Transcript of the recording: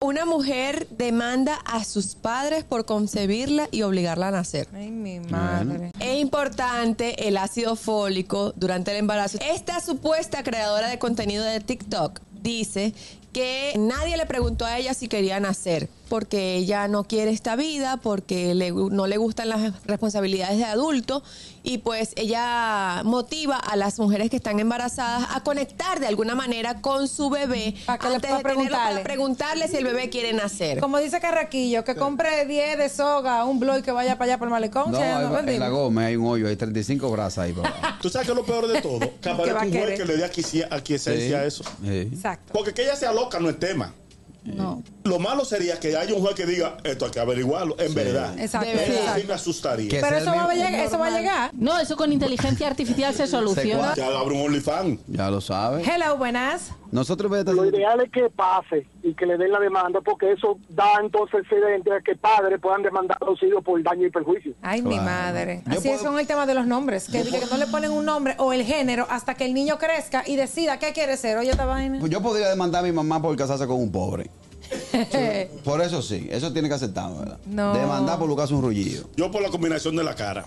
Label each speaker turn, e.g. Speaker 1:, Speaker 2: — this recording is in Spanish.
Speaker 1: una mujer demanda a sus padres por concebirla y obligarla a nacer.
Speaker 2: Ay, mi madre.
Speaker 1: Es importante el ácido fólico durante el embarazo. Esta supuesta creadora de contenido de TikTok dice que nadie le preguntó a ella si quería nacer, porque ella no quiere esta vida, porque le- no le gustan las responsabilidades de adulto, y pues ella motiva a las mujeres que están embarazadas a conectar de alguna manera con su bebé
Speaker 2: Pa' Ah, que le-
Speaker 1: antes
Speaker 2: pa'
Speaker 1: de tenerlo,
Speaker 2: preguntarle.
Speaker 1: para preguntarle si el bebé quiere nacer.
Speaker 2: Como dice Carraquillo, que compre 10 de soga, un bloy que vaya para allá para el malecón.
Speaker 3: No,
Speaker 2: che,
Speaker 3: ahí va- en
Speaker 2: vendimos.
Speaker 3: la Gómez hay un hoyo, hay 35 brasas ahí. papá.
Speaker 4: Tú sabes que es lo peor de todo, que
Speaker 2: va a
Speaker 4: aparece un
Speaker 2: querer?
Speaker 4: juez que le dé aquici- aquiescencia a eso.
Speaker 3: Sí.
Speaker 2: Exacto.
Speaker 4: Porque que ella sea loca no es tema.
Speaker 5: No.
Speaker 4: Lo malo sería que haya un juez que diga, esto hay que averiguarlo, en verdad.
Speaker 2: Exacto.
Speaker 1: De verdad.
Speaker 4: Eso
Speaker 2: exacto.
Speaker 4: sí me asustaría.
Speaker 3: Que
Speaker 2: Pero
Speaker 3: sea
Speaker 2: eso
Speaker 3: el
Speaker 2: va, a
Speaker 3: mismo-
Speaker 2: llegar, eso va a llegar.
Speaker 5: No, eso con inteligencia artificial se soluciona.
Speaker 4: Ya abre un OnlyFans.
Speaker 3: Ya lo sabes.
Speaker 2: Hello, buenas.
Speaker 3: Nosotros vete-
Speaker 6: Lo ideal es que pase y que le den la demanda, porque eso da entonces precedente a que padres puedan demandar a los hijos por daño y perjuicio.
Speaker 2: Ay, mi
Speaker 3: Claro.
Speaker 2: madre.
Speaker 3: Yo
Speaker 2: Así es
Speaker 3: puedo-
Speaker 2: con el tema de los nombres. Que, diga que no le ponen un nombre o el género hasta que el niño crezca y decida qué quiere ser. Oye, esta vaina.
Speaker 3: Pues yo podría demandar a mi mamá por casarse con un pobre. Por eso sí, eso tiene que aceptarlo, ¿verdad?
Speaker 2: No.
Speaker 3: Demandar por Lucas un rullido.
Speaker 4: Yo por la combinación de la cara.